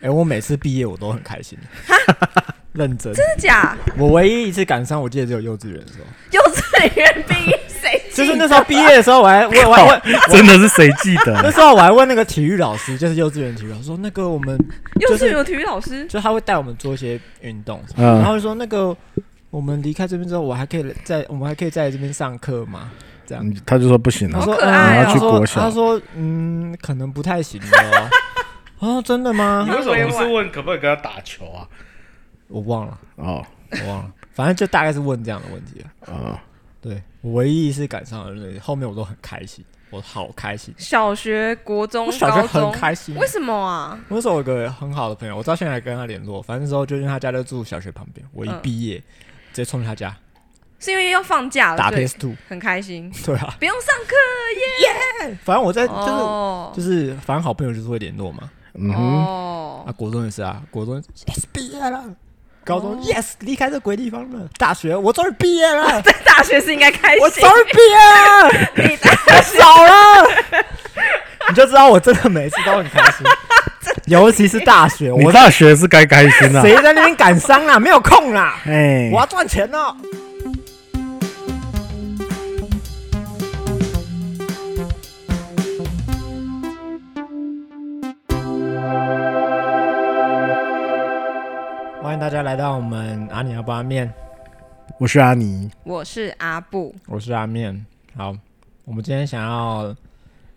哎、我每次毕业我都很开心，认真。真的假？我唯一一次赶上，我记得只有幼稚园的时候，幼稚园毕业谁 记就得？是那时候毕业的时候，我还我我还问，哦 真的是谁记那得？时候我还问那个体育老师，就是幼稚园体育老师说，那个我们幼就是稚园有体育老师，就他会带我们做一些运动什么的，嗯然后就说那个我们离开这边之后，我还可以在我们还可以在这边上课吗？这样， 他就说不行他了好，说可嗯爱哦他我要去说国小他说嗯，可能不太行 哦。哦，真的吗你？为什么不是问可不可以跟他打球啊？我忘了，哦我忘了，反正就大概是问这样的问题了。哦，对我唯一一次赶上了那个，后面我都很开心，我好开心，小学、国中我、小学高很中，开心。为什么啊？我那时候有个很好的朋友，我到现在还跟他联络。反正那时候就因为他家就住小学旁边，我一嗯毕业、直接冲去他家是因为要放假了，打所以 PS Two， 很开心，对啊。不用上课反正我在就是、哦就，是，反正好朋友就是会联络嘛。嗯哼，哦啊，，国中也是啊，国中 yes 毕业了，高哦中、yes 离开这鬼地方了，大学我终于毕业 了，在大学是应该开我心终，于毕业了，你大学好了， 你就知道我真的每一次都很开 心，尤其是大学，你我大学是该开 心了。谁在那边赶伤啊？没有空 啦，哎，我要赚钱哦。欢迎大家来到我们啊阿尼阿巴面，我是阿尼， 我是阿布，我是阿面。好，我们今天想要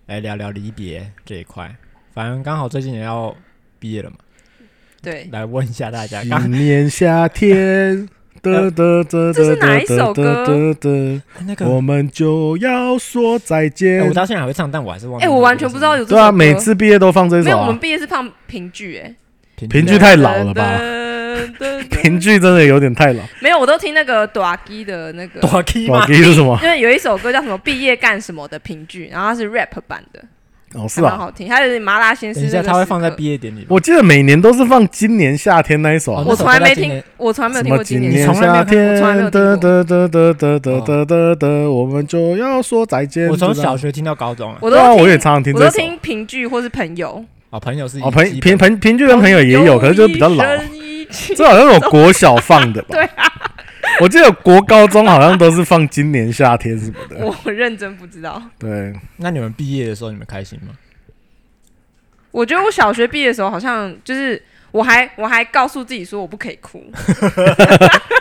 来聊聊离别这一块，反正刚好最近也要毕业了嘛， 对，来问一下大哎家，刚今年 夏天。得呃得得这是得哪得一首得歌得得，哎那个、我们就要说再哎见我。到现在还会唱，但我还是忘了。哎，我完全不知道有这对首啊，歌，每次毕业都放这没有，首我们啊。毕业是放评剧，哎，评剧太老了吧？噔？噔噔评剧真的有点 太老。没有，我都听那个短基的那个，短 key 吗 老？弟是什么？因为有一首歌叫什么“毕业干什么”的评剧，然后它是 rap 版的，哦，还是蛮啊，好听。还有点麻辣鲜师等一那下，个他会放在时刻毕业典礼吧。我记得每年都是放今年夏天那一首啊。哦我从来没那首歌在今听年，我从来没有什听过么今今年年的年你从来没夏有看过哦从来没天有得听得得得得得得得得，我们就要说再见。我从小学，学听到高中啊，我都对啊，我也听，常常听我这都首。听评剧或是朋友。啊，朋友是哦，一朋基平本朋平剧跟朋友也有，可是就比较老。同一生一起这好像有国小放的吧？ 对啊，我记得国高中好像都是放今年夏天什么的。我认真不知道。对，那你们毕业的时候，你们开心吗？我觉得我小学毕业的时候，好像就是我还我还告诉自己说我不可以哭，啊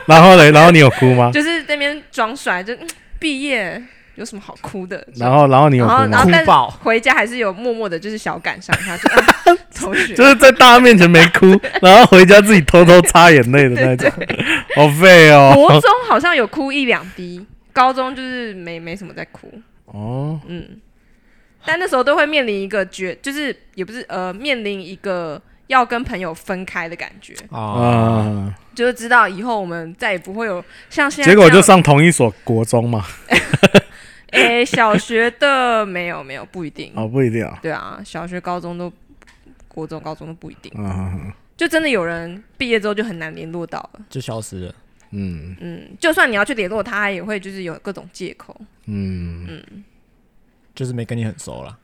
然后嘞，然后你有哭吗？ 就是那边装帅，就嗯毕业有什么好哭的？然后，然后你有然后哭然后吗？啊但哭爆是回家还是有默默的，就是小感伤一下，就、啊、 同学就是在大家面前没哭，然后回家自己偷偷擦眼泪的那种，好废国哦。中好像有哭一两 滴，高中就是没没什么在哭，哦，嗯。但那时候都会面临一个绝，就是也不是呃，面临一个要跟朋友分开的感觉，啊，啊，就是知道以后我们再也不会有像现在结这果样。就上同一所国中嘛。诶、小学的没有没有不一定，哦，不一定啊。对啊，小学、高中都，国中、高中都不一定，嗯就真的有人毕业之后就很难联络到了。就消失了。嗯嗯，就算你要去联络他，也会就是有各种借口。嗯，就是没跟你很熟了，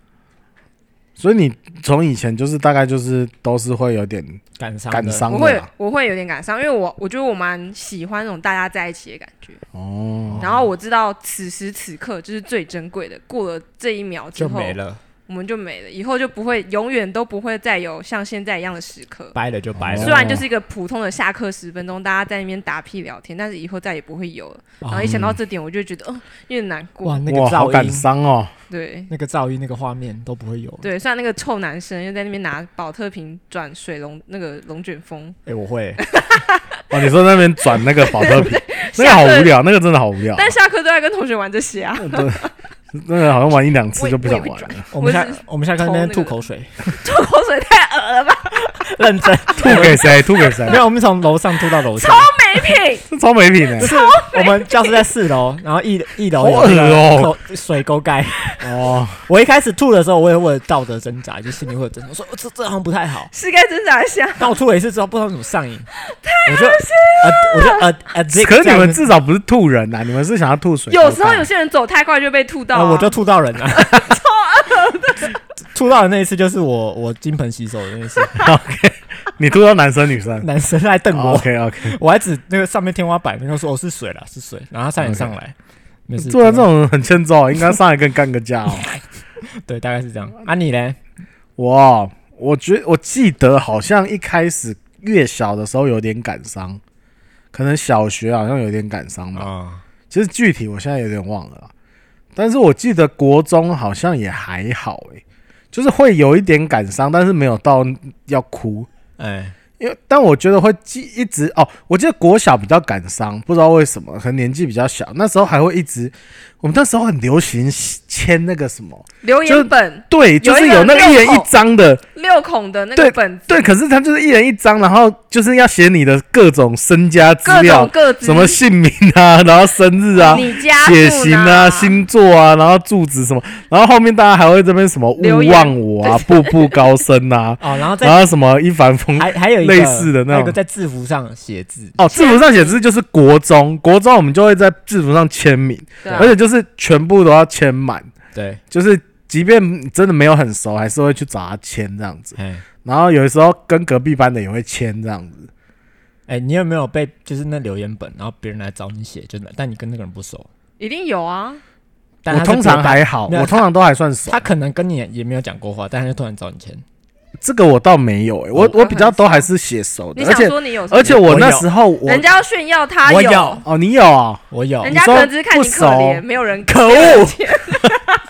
所以你从以前就是大概就是都是会有点感伤的感伤我会的有啦我会有点感伤，因为我我觉得我蛮喜欢那种大家在一起的感觉。哦，然后我知道此时此刻就是最珍贵的，过了这一秒之就后，没了，我们就没了，以后就不会永远都不会再有像现在一样的时刻。掰了就掰哦虽了。然就是一个普通的下课十分钟，大家在那边打屁聊天，但是以后再也不会有了。然后一想到这点，我就觉得，嗯、有点难哦哇，过。那个哇，好噪感音，伤哦。对那个噪音，那个画面都不会有了。对，虽然那个臭男生又在那边拿保特瓶转水龙那个龙卷风，哎，我会，哦，你说那边转那个保特瓶，那个好无聊，那个真的好无聊啊。但下课都在跟同学玩这些啊。 对，那个好像玩一两次就不想我也玩我了。我们我下我们下课在那边吐口水，吐口水太恶了吧，认真吐给谁？吐给谁 没？有，我们从楼上吐到楼下。没品。这超没品的欸就是我们教室在四楼，然后一一楼好恶有那个哦口水沟盖。 哦。我一开始吐的时候，我也为了道德挣扎，就心里会有挣扎，我说哦这这好像不太好。 是该挣扎一 下，但我吐了一次之后，不知道怎么上瘾，我就呃，我就呃呃，可是你们自至少不是吐人啊呐，你们是想要吐水。呃啊啊有时候有些人走太快就被吐到、啊，我就吐到人了，吐到的那一次就是我我金盆洗手的那 一次，你吐到男生哦女生男生在瞪我， ？OK OK，我还指那个上面天花板，那个说哦是水啦，是水，然后他差点上来，没事。做啊到这种人很欠揍，啊应该上来跟你干个架哦。对，大概是这样。啊，你嘞？哇，我觉我记得好像一开始越小的时候有点感伤，可能小学好像有点感伤吧。啊，其实具体我现在有点忘了啦，但是我记得国中好像也还好诶、就是会有一点感伤，但是没有到要哭。哎，因为但我觉得会记一直哦，我记得国小比较感伤，不知道为什么，可能年纪比较小，那时候还会一直，我们那时候很流行签那个什么，留就言本对，就是有那个一人一张的，六孔的那个本子， 对，可是他就是一人一张，然后就是要写你的各种身家资各种料，各自什么姓名啊， 然后生日啊，你家血住型哪啊、星座啊，然后住址什么，然后后面大家还会这边什么勿留言忘我啊、步步高 升啊，哦，然后再然后什么一帆风还还有一个类似的那种还有一个在制服上写字，哎哦，制服上写字就是国中，国中我们就会在制服上签名，对啊而且就是全部都要签满，对，就是即便真的没有很熟，还是会去找他签这样子。哎然后有的时候跟隔壁班的也会签这样子。哎，你有没有被就是那留言本，然后别人来找你写，真的，但你跟那个人不熟，一定有啊，但我他是通常别班还好，没有我通常都还算熟他。可能跟你也没有讲过话，但他就突然找你钱，这个我倒没有、欸，我哦我比较都还是写熟你的，而想且说你有什么，而且我那时候我人家要炫耀他我有有，哦，你有啊、我有，人家你说可能只是看你不可熟怜，没有人可恶钱。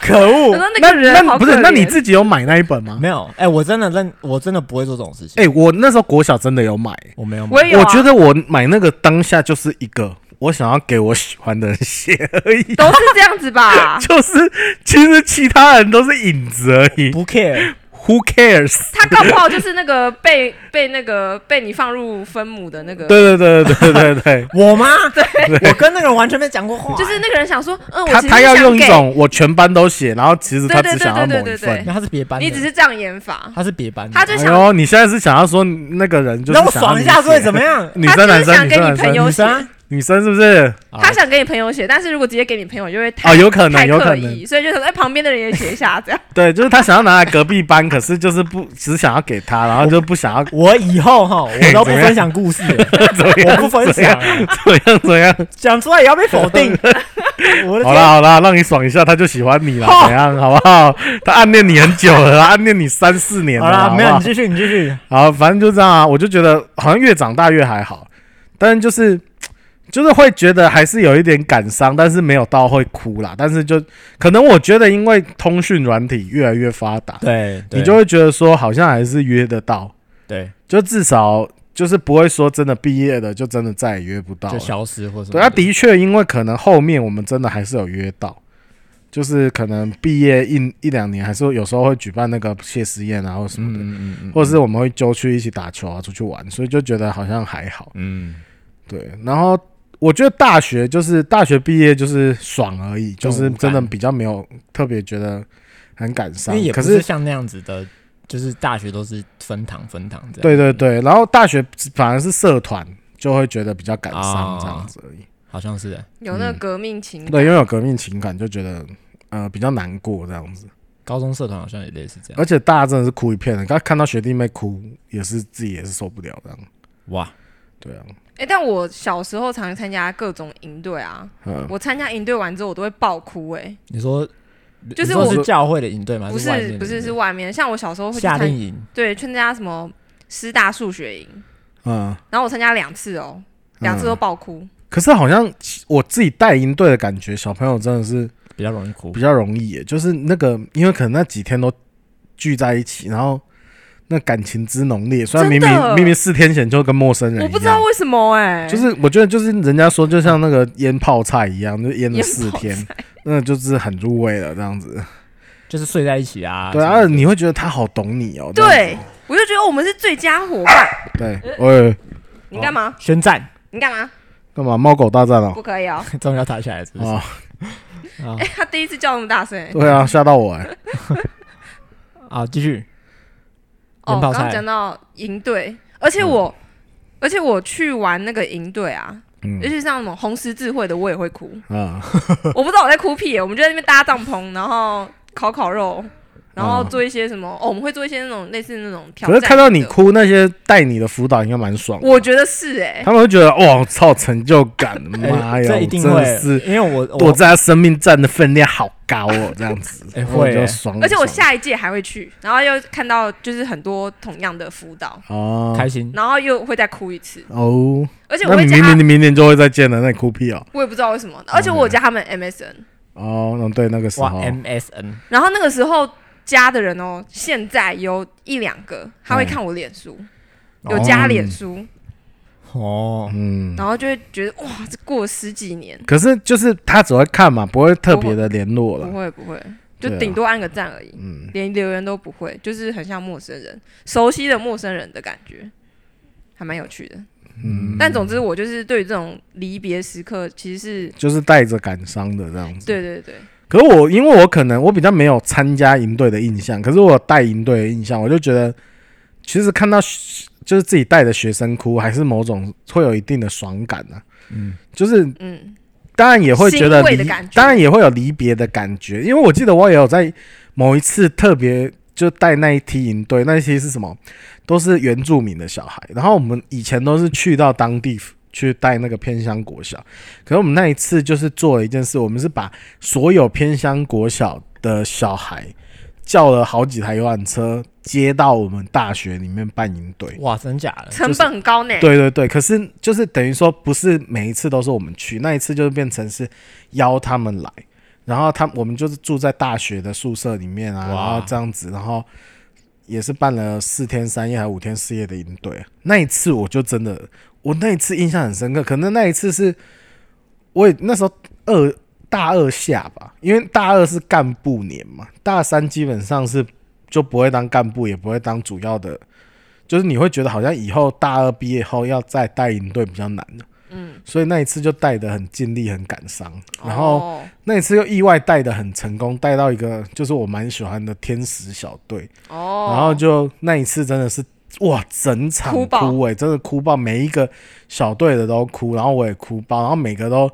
可我恶，说那那个人那好不可是怜，那你自己有买那一本吗？没有，哎，我真的认，我真的不会做这种事情，哎、我那时候国小真的有买、欸我没有买，我也有啊，我觉得我买那个当下就是一个我想要给我喜欢的人写而已，。都是这样子吧 就是其实其他人都是影子而已。不 care， Who cares？他搞不好就是那个被被那个被你放入分母的那个，对对对对对对对，我吗？对，我跟那个人完全没讲过话，就是那个人想说，嗯，我他其实他要想用一给种我全班都写，然后其实他对对只对想要对对某一对对份。那他是别班的，你只是这样演法，他是别班的，他就哎想呦，你现在是想要说那个人就是让我想要爽一 你下，所以写怎么样？女他生就是男生想女给生你男朋生友女生啊女生是不是？他想给你朋友写，但是如果直接给你朋友，就会太哦，啊有可能太有可刻能，意，所以就想在旁边的人也写一下，这样对，就是他想要拿来隔壁班，可是就是不只想要给他，然后就不想要 我以后哈，我都不分享故事了，怎么我样不分怎样享了，怎样怎样。讲出来也要被否定。我的好天，啦好啦，让你爽一下，他就喜欢 你了，怎样好不好？他暗恋你很久了，他暗恋你三四年了，好啦，好没有，你继就续，你继续。好，反正就这样啊。我就觉得好像越长大越还好，但是就是就是会觉得还是有一点感伤，但是没有到会哭啦。但是就可能我觉得，因为通讯软体越来越发达，对，你就会觉得说好像还是约得到，对，就至少就是不会说真的毕业了就真的再也约不到就。了消失或什么。对，他啊的确，因为可能后面我们真的还是有约到，就是可能毕业一一两年，还是有时候会举办那个谢师宴啊，或什么的，嗯嗯嗯，或者是我们会揪去一起打球啊，出去玩，所以就觉得好像还好。嗯，对，然后我觉得大学就是大学毕业就是爽而已，就是真的比较没有特别觉得很感因伤为也，不可是是。像那样子的，就是大学都是分堂分堂这样。对对，对，然后大学反而是社团，就会觉得比较感哦伤这样子而已。好像是。欸有那个革命情感。对，因为有革命情感，就觉得呃比较难过这样子。高中社团好像也类似这样。而且大家真的是哭一片的，刚看到学弟妹哭，也是自己也是受不了这样。哇，对啊，哎、但我小时候常参加各种营队啊，嗯，我参加营队完之后，我都会爆哭、欸。你说就是你说我是教会的营队吗？啊哎，不外面是的不是营是队外面，像我小时候会去夏令参，营，对，去参加什么师大数学营，嗯，然后我参加两次哦、两次都爆哭。可是好像我自己带营队的感觉，小朋友真的是比较容易哭比。较容易耶，就是那个因为可能那几天都聚在一起，然后那感情之浓烈，虽然明真的明明明四天前就跟陌生人我不一知道样。为什么哎、就是我觉得就是人家说就像那个腌泡菜一样，就腌了腌四泡天，那就是很入味了这样子。就是睡在一起啊。对什啊，么的你会觉得他好懂你哦。这样对，我就觉得我们是最佳伙伴。对，喂，你干哦嘛？宣战， 你干嘛？干嘛猫狗大战哦？不可 以哦、终于要打起来了，是不是？啊，啊哎、他第一次叫那么大声、欸。对啊，吓到我哎、啊，继续。哦，腌泡刚菜刚讲到营队，而且我，而且我去玩那个营队啊，嗯尤其像什么红十字会的，我也会哭。 啊啊我不知道我在哭屁耶、我们就在那边搭帐篷，然后烤烤肉，然后做一些什么、哦，我们会做一些那种类似那种挑可战。是看到你，哭，那些带你的辅导应该蛮爽的。我觉得是哎、他们会觉得哇，操，成就感，妈哎呀，这我一定真会的，是因为我我我在他生命占的分量好高哦，这样子，哎然后会就哎爽。而且 我爽下一届还会去，然后又看到就是很多同样的辅导，哦开心，然后又会再哭一次，哦，而且我那会你加明他年你明年就会再见了，那你哭屁哦。我也不知道为什么，而且我有加他们 MSN，、哦，那对那个时哇候， ，MSN，然后那个时候加的人哦，现在有一两个他会看我脸书，有加脸书，哦，嗯，然后就会觉得哇，这过了十几年，可是就是他只会看嘛，不会特别的联络不了。会不会，就对啊顶多按个赞而已，嗯，连留言都不会，就是很像陌生人，熟悉的陌生人的感觉，还蛮有趣的。嗯但总之，我就是对于这种离别时刻，其实是就是带着感伤的这样子。对对对，可是我因为我可能我比较没有参加营队的印象，可是我有带营队的印象，我就觉得其实看到学就是自己带的学生哭，还是某种会有一定的爽感啊。嗯，就是嗯，当然也会觉得欣慰离的感觉，当然也会有离别的感觉，因为我记得我也有在某一次特别就带那一梯营队，那一梯是什么？都是原住民的小孩，然后我们以前都是去到当地去带那个偏乡国小，可是我们那一次就是做了一件事，我们是把所有偏乡国小的小孩叫了好几台游览车接到我们大学里面办营队。哇，真假的，成本很高呢，对对对，可是就是等于说，不是每一次都是我们去，那一次就是变成是邀他们来，然后他我们就是住在大学的宿舍里面啊，然哇后这样子，然后也是办了四天三夜还五天四夜的营队。那一次我就真的，我那一次印象很深刻，可能那一次是我也那时候二大二下吧，因为大二是干部年嘛，大三基本上是就不会当干部，也不会当主要的，就是你会觉得好像以后大二毕业后要再带营队比较难了。嗯，所以那一次就带的很尽力，很感伤，然后哦那一次又意外带的很成功，带到一个就是我蛮喜欢的天使小队，哦，然后就那一次真的是哇，整场哭哭爆哎、真的哭爆，每一个小队的都哭，然后我也哭爆，然后每个都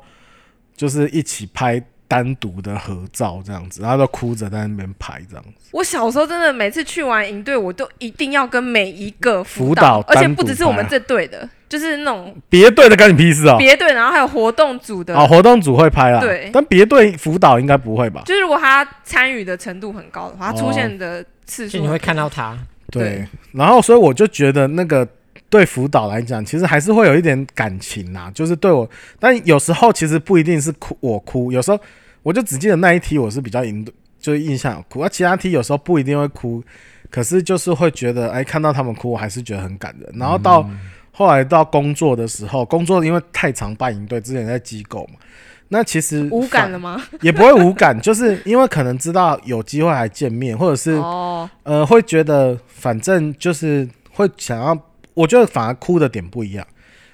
就是一起拍单独的合照这样子，然后都哭着在那边拍这样子，我小时候真的每次去完营队，我都一定要跟每一个辅辅导而且单独不只是我们拍这队的，就是那种别队的干你屁事哦、别队，然后还有活动组的，哦，活动组会拍啦，对但别队辅导应该不会吧？就是如果他参与的程度很高的话，他出现的次就数你会看到他，对对，然后所以我就觉得那个对辅导来讲，其实还是会有一点感情啦，就是对我，但有时候其实不一定是哭我哭，有时候我就只记得那一题我是比较赢，就是印象有哭，而、其他题有时候不一定会哭，可是就是会觉得哎，看到他们哭，我还是觉得很感人。然后到、嗯后来到工作的时候，工作因为太常办营队，之前在机构嘛。那其实无感反了 吗？也不会无感，就是因为可能知道有机会还见面，或者是哦，呃，会觉得反正就是会想要，我觉得反而哭的点不一样，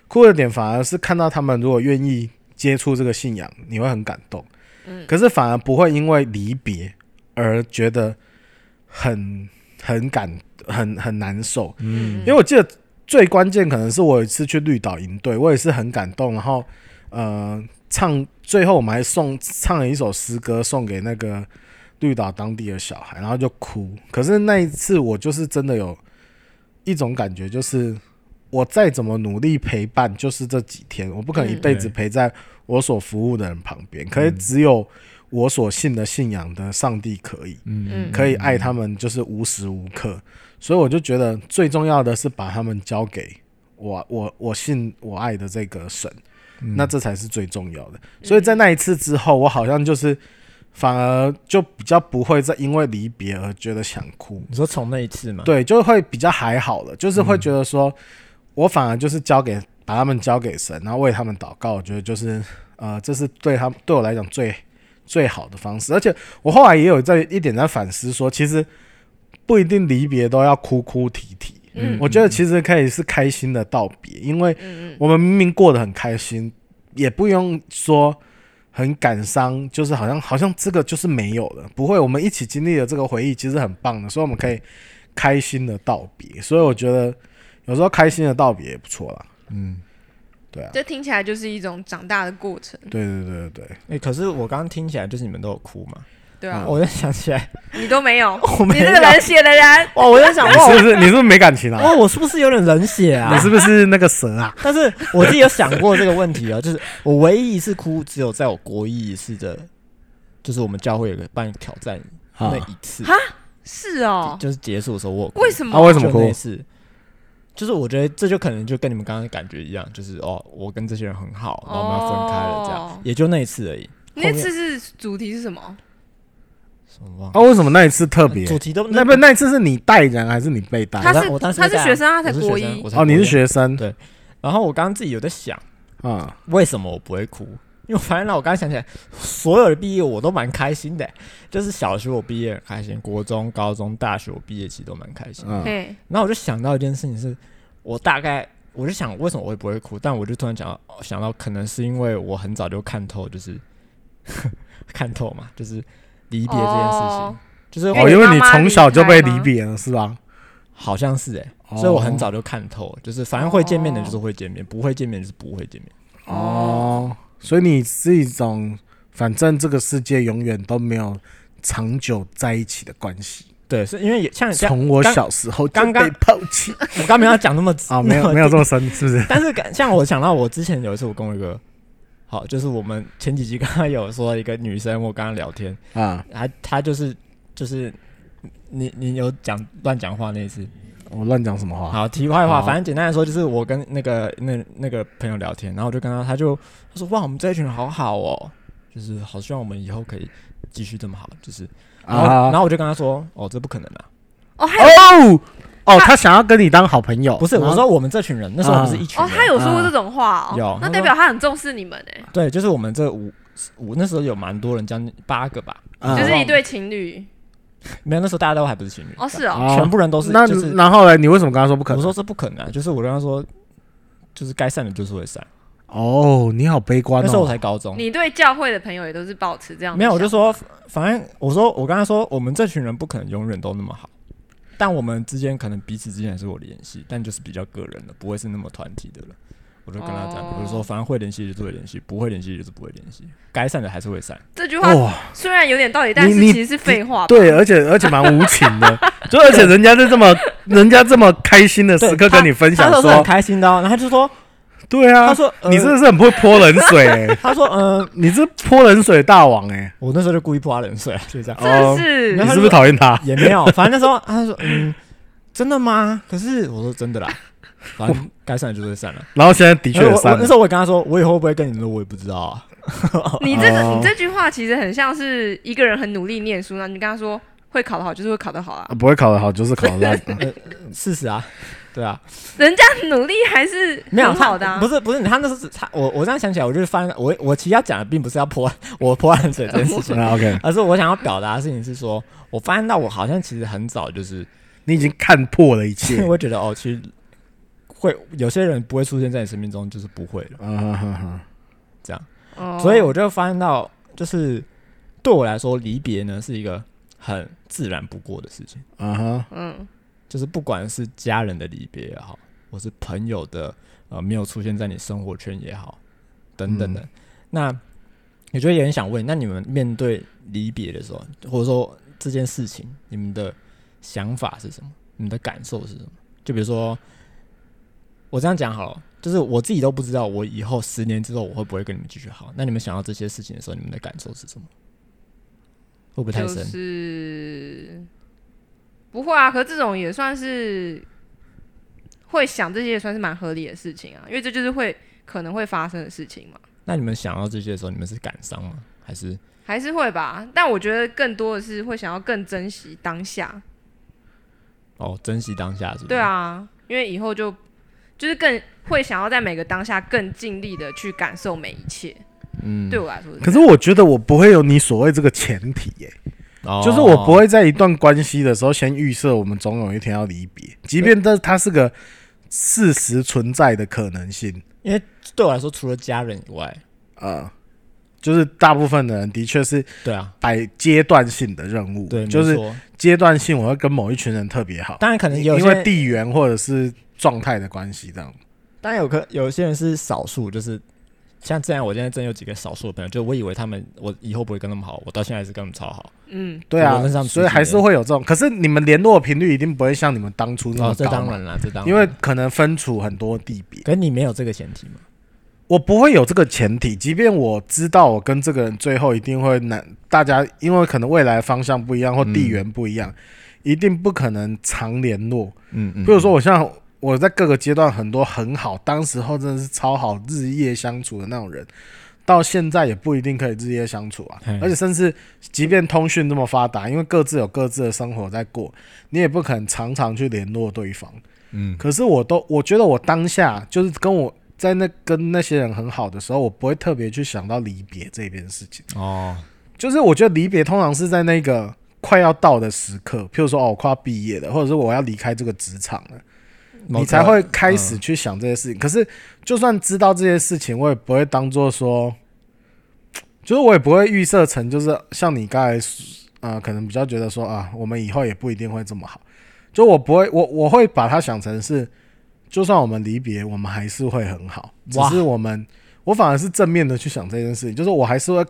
哭的点反而是看到他们如果愿意接触这个信仰，你会很感动。嗯可是反而不会因为离别而觉得很很感很很难受，嗯因为我记得最关键可能是我有一次去绿岛营队，我也是很感动，然后呃唱，最后我们还送唱了一首诗歌送给那个绿岛当地的小孩，然后就哭。可是那一次我就是真的有一种感觉，就是我再怎么努力陪伴，就是这几天，我不可能一辈子嗯陪在我所服务的人旁边，可是只有我所信的信仰的上帝可以。嗯可以爱他们，就是无时无刻。所以我就觉得最重要的是把他们交给我，我我信我爱的这个神，那这才是最重要的。所以在那一次之后，我好像就是反而就比较不会再因为离别而觉得想哭，你说从那一次嘛，对，就会比较还好了，就是会觉得说，我反而就是交给把他们交给神，然后为他们祷告，我觉得就是呃，这是对他们对我来讲最最好的方式。而且我后来也有在一点在反思说，其实不一定离别都要哭哭啼啼，嗯我觉得其实可以是开心的道别，因为嗯嗯我们明明过得很开心，也不用说很感伤，就是好像好像这个就是没有了，不会，我们一起经历了这个回忆，其实很棒的，所以我们可以开心的道别。所以我觉得有时候开心的道别也不错啦。嗯，对啊，这听起来就是一种长大的过程。对对对对对，哎，可是我刚刚听起来就是你们都有哭嘛，对啊，我就想起来，你都没有，我没你这个有冷血的人， 哇，我在想，你哇是不是你是不是没感情啊？哇，我是不是有点冷血 啊？你是不是那个神啊？但是我自己有想过这个问题啊， 就是我唯一一次哭，只有在我国一一次的，就是我们教会有个办挑战啊那一次，哈是哦，就是结束的时候我有哭为什啊，么？为什么就那一哭？次，就是我觉得这就可能就跟你们刚刚的感觉一样，就是哦，我跟这些人很好，然后我们要分开了，这样、哦也就那一次而已。那后面次是主题是什么？什么忘了啊，为什么那一次特别？主题都那不那一次是你带人还是你被带？他是我当时他是在啊学生啊他才我是国学生一我才哦，你国是一啊学生对然后我刚刚自己有在想，啊？为什么我不会哭？因为我发现，让我刚刚想起来，所有的毕业我都蛮开心的、欸就是小学我毕业很开心，国中、高中、大学我毕业其实都蛮开心。嗯，嘿，然后我就想到一件事情是，我大概我就想为什么我会不会哭，但我就突然想到，哦想到可能是因为我很早就看透，就是 看透嘛，就是离别这件事情，哦就是因哦，为因你为妈你妈从小就被离开离吗别了，是吧？好像是哎、哦所以我很早就看透，就是反正会见面的就是会见面，不会见面就是不会见面。哦，所以你是一种，反正这个世界永远都没有长久在一起的关系。对，是因为也像像从我小时候就刚被刚抛弃我刚没有讲那 么啊，没有没有这么深，是 不是？但是感像我想到，我之前有一次我跟我一个，好，就是我们前几集刚刚有说一个女生，我跟她聊天，啊，她她就是就是你你有讲乱讲话那一次，我乱讲什么话？好，题外话，哦好反正简单来说就是我跟那个那那个朋友聊天，然后我就跟他，他就他说哇，我们这一群人好好哦，就是好希望我们以后可以继续这么好，就是，然后、啊然后我就跟他说，哦，这不可能啊，哦，还有哦哦，他想要跟你当好朋友，不是，哦然后啊我说我们这群人，那时候我们是一群哦，人，他有说过这种话哦，有那他代说表他很重视你们哎，对，就是我们这五五那时候有蛮多人，将近八个吧，啊就是一对情侣没有，那时候大家都还不是情侣，哦，是哦，哦全部人都是。那就是然后呢？你为什么跟他说不可我能？说这不可能、啊，就是我跟他说，就是该散的就是会散。哦，你好悲观那时候我哦。才高中，你对教会的朋友也都是保持这样的想法，没有，我就说，反正我说我跟他说，我们这群人不可能永远都那么好，但我们之间可能彼此之间还是有联系，但就是比较个人的，不会是那么团体的了。我就跟他讲，哦我就说，反正会联系就是会联系，不会联系就是不会联系，该散的还是会散。这句话哦哇，虽然有点道理，但是你其实是废话吧。对，而且而且蛮无情的， 就而且人家就这么，人家这么开心的时刻对他跟你分享他是很说，开心的哦、然后他就说，对啊，他说，呃你真的是很不会泼冷水、欸， 他说，嗯、你是泼冷水大王哎、我那时候就故意泼他冷水啊，就这样。欸！真的哦，是然你后是不是讨厌他？也没有，反正那时候他说，嗯，真的吗？可是我说真的啦，反正该散的就是会散了。然后现在的确呃我也我散那了时，候我也跟他说，我以后会不会跟你们，我也不知道啊。你这个、哦你这句话其实很像是一个人很努力念书，然后你跟他说会考得好就是会考得好啊哦啊，不会考得好就是考 得烂。事实啊，对啊，人家努力还是没有很好的、啊他不是不是，他那是他我我这样想起来，我就是翻我我其实要讲的并不是要泼我泼冷水这件事 情，那啊 OK，而是我想要表达的事情是说，我发现到我好像其实很早就是，你已经看破了一切我。 会觉得哦，其实会有些人不会出现在你生命中，就是不会了。啊哈哈哈这样，哦所以我就发现到，就是对我来说，离别呢是一个很自然不过的事情。啊哈！嗯，就是不管是家人的离别也好，或是朋友的呃没有出现在你生活圈也好，等等的。那我觉得也很想问，那你们面对离别的时候，或者说这件事情，你们的想法是什么？你们的感受是什么？就比如说，我这样讲好了，就是我自己都不知道，我以后十年之后我会不会跟你们继续好？那你们想到这些事情的时候，你们的感受是什么？会不会太就深？是不会啊，可这种也算是会想这些也算是蛮合理的事情啊，因为这就是会可能会发生的事情嘛，那你们想到这些的时候，你们是感伤吗？还是还是会吧。但我觉得更多的是会想要更珍惜当下，哦珍惜当嗯下？是不是？对啊，因为以后就就是更会想要在每个当下更尽力的去感受每一切。嗯对我来说这样，可是我觉得我不会有你所谓这个前提、耶，哦就是我不会在一段关系的时候先预设我们总有一天要离别，即便这它是个事实存在的可能性对我来说，除了家人以外，啊、呃就是大部分的人的确是对啊，摆阶段性的任务，对，就没是错阶段性，我会跟某一群人特别好，当然可能有因些为地缘或者是状态的关系这样。当然有可有些人是少数，就是像这样，我现在真有几个少数的朋友，就我以为他们我以后不会跟他们好，我到现在还是跟他们超好。嗯，对理啊论上，所以还是会有这种。可是你们联络的频率一定不会像你们当初那哦么，这高当嘛，然啦，这当然，因为可能分处很多地别。可是你没有这个前提嘛。我不会有这个前提，即便我知道我跟这个人最后一定会难，大家因为可能未来方向不一样或地缘不一样，一定不可能常联络。嗯嗯，比如说，我像我在各个阶段很多很好，当时候真的是超好日夜相处的那种人，到现在也不一定可以日夜相处啊嘿。而且甚至即便通讯这么发达，因为各自有各自的生活在过，你也不可能常常去联络对方。嗯，可是我都我觉得我当下就是跟我在那跟那些人很好的时候，我不会特别去想到离别这件事情。哦，就是我觉得离别通常是在那个快要到的时刻，譬如说哦，我快要毕业了，或者是我要离开这个职场了。某你个嗯才会开始去想这些事情。可是，就算知道这些事情，我也不会当做说，就是我也不会预设成就是像你刚才呃，可能比较觉得说啊，我们以后也不一定会这么好。就我不会，我我会把它想成是，就算我们离别，我们还是会很好。只哇是我们，我反而是正面的去想这件事情，就是我还是会，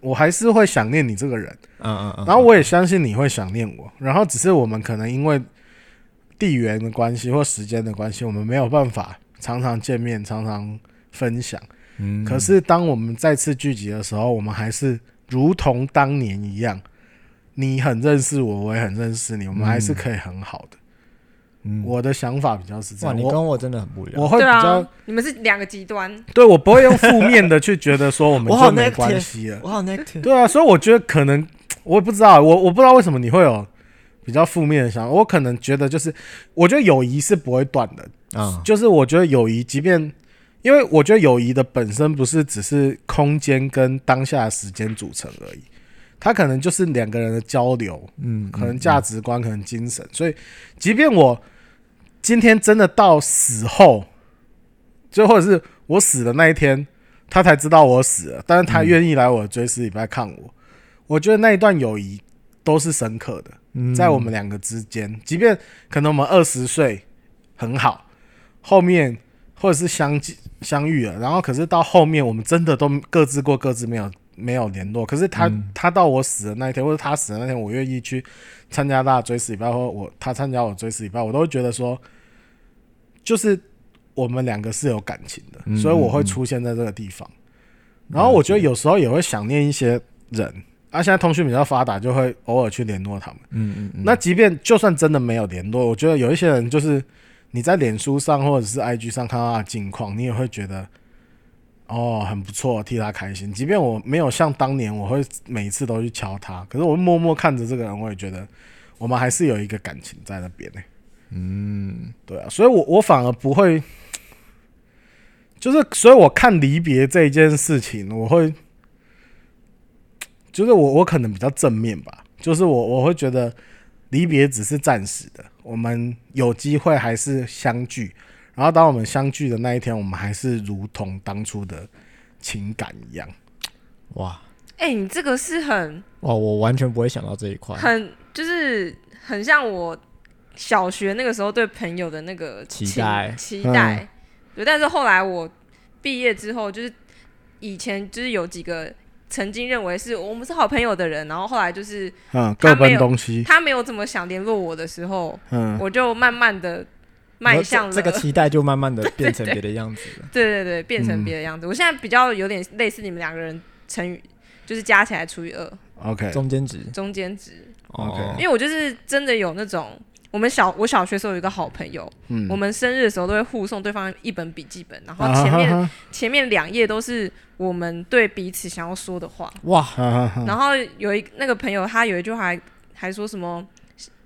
我还是会想念你这个人。嗯嗯嗯，然后我也相信你会想念我，然后只是我们可能因为地缘的关系或时间的关系，我们没有办法常常见面，常常分享。嗯可是当我们再次聚集的时候，我们还是如同当年一样，你很认识我，我也很认识你，我们还是可以很好的。嗯我的想法比较是这哇，样，你我跟我真的很不一样。我会对比较啊，你们是两个极端，对我不会用负面的去觉得说我们我好就没 negative 关系了。我好 negative， 对啊，所以我觉得可能我也不知道，我我不知道为什么你会有比较负面的想法。我可能觉得就是，我觉得友谊是不会断的，啊，就是我觉得友谊，即便因为我觉得友谊的本身不是只是空间跟当下的时间组成而已，它可能就是两个人的交流，嗯，可能价值观，可能精神。所以，即便我今天真的到死后，就或者是我死的那一天，他才知道我死了，但是他愿意来我的追思礼拜看我，我觉得那一段友谊都是深刻的。嗯在我们两个之间，即便可能我们二十岁很好，后面或者是相继相遇了，然后可是到后面我们真的都各自过各自，没有没有联络。可是他、嗯他到我死的那一天，或者他死的那天，我愿意去参加他的追思礼拜，或我他参加我追思礼拜，我都会觉得说，就是我们两个是有感情的，嗯所以我会嗯嗯出现在这个地方。然后我觉得有时候也会想念一些人。啊，现在通讯比较发达，就会偶尔去联络他们。嗯嗯嗯，那即便就算真的没有联络，我觉得有一些人就是你在脸书上或者是 IG 上看到他的近况，你也会觉得哦很不错，替他开心。即便我没有像当年我会每一次都去敲他，可是我默默看着这个人，我也觉得我们还是有一个感情在那边呢、嗯，对啊，所以我我反而不会，就是所以我看离别这一件事情，我会，就是我我可能比较正面吧，就是我我会觉得离别只是暂时的，我们有机会还是相聚，然后当我们相聚的那一天，我们还是如同当初的情感一样。哇哎、你这个是很哇，我完全不会想到这一块，很就是很像我小学那个时候对朋友的那个期情待期嗯待。对，但是后来我毕业之后，就是以前就是有几个曾经认为是我们是好朋友的人，然后后来就是嗯，他各没奔有东西。他没有怎么想联络我的时候，嗯，我就慢慢的迈向了这这个期待，就慢慢的变成别的样子 了。对对对，变成嗯别的样子。我现在比较有点类似你们两个人乘以，就是加起来除以二 OK，中间值中间值，哦因，为我就是真的有那种。我们小我小学时候有一个好朋友，嗯我，们生日的时候都会互送对方一本笔记本，然后前面、啊前面两页都是我们对彼此想要说的话。哇，哈哈哈哈然后有一那个朋友，他有一句话还还说什么？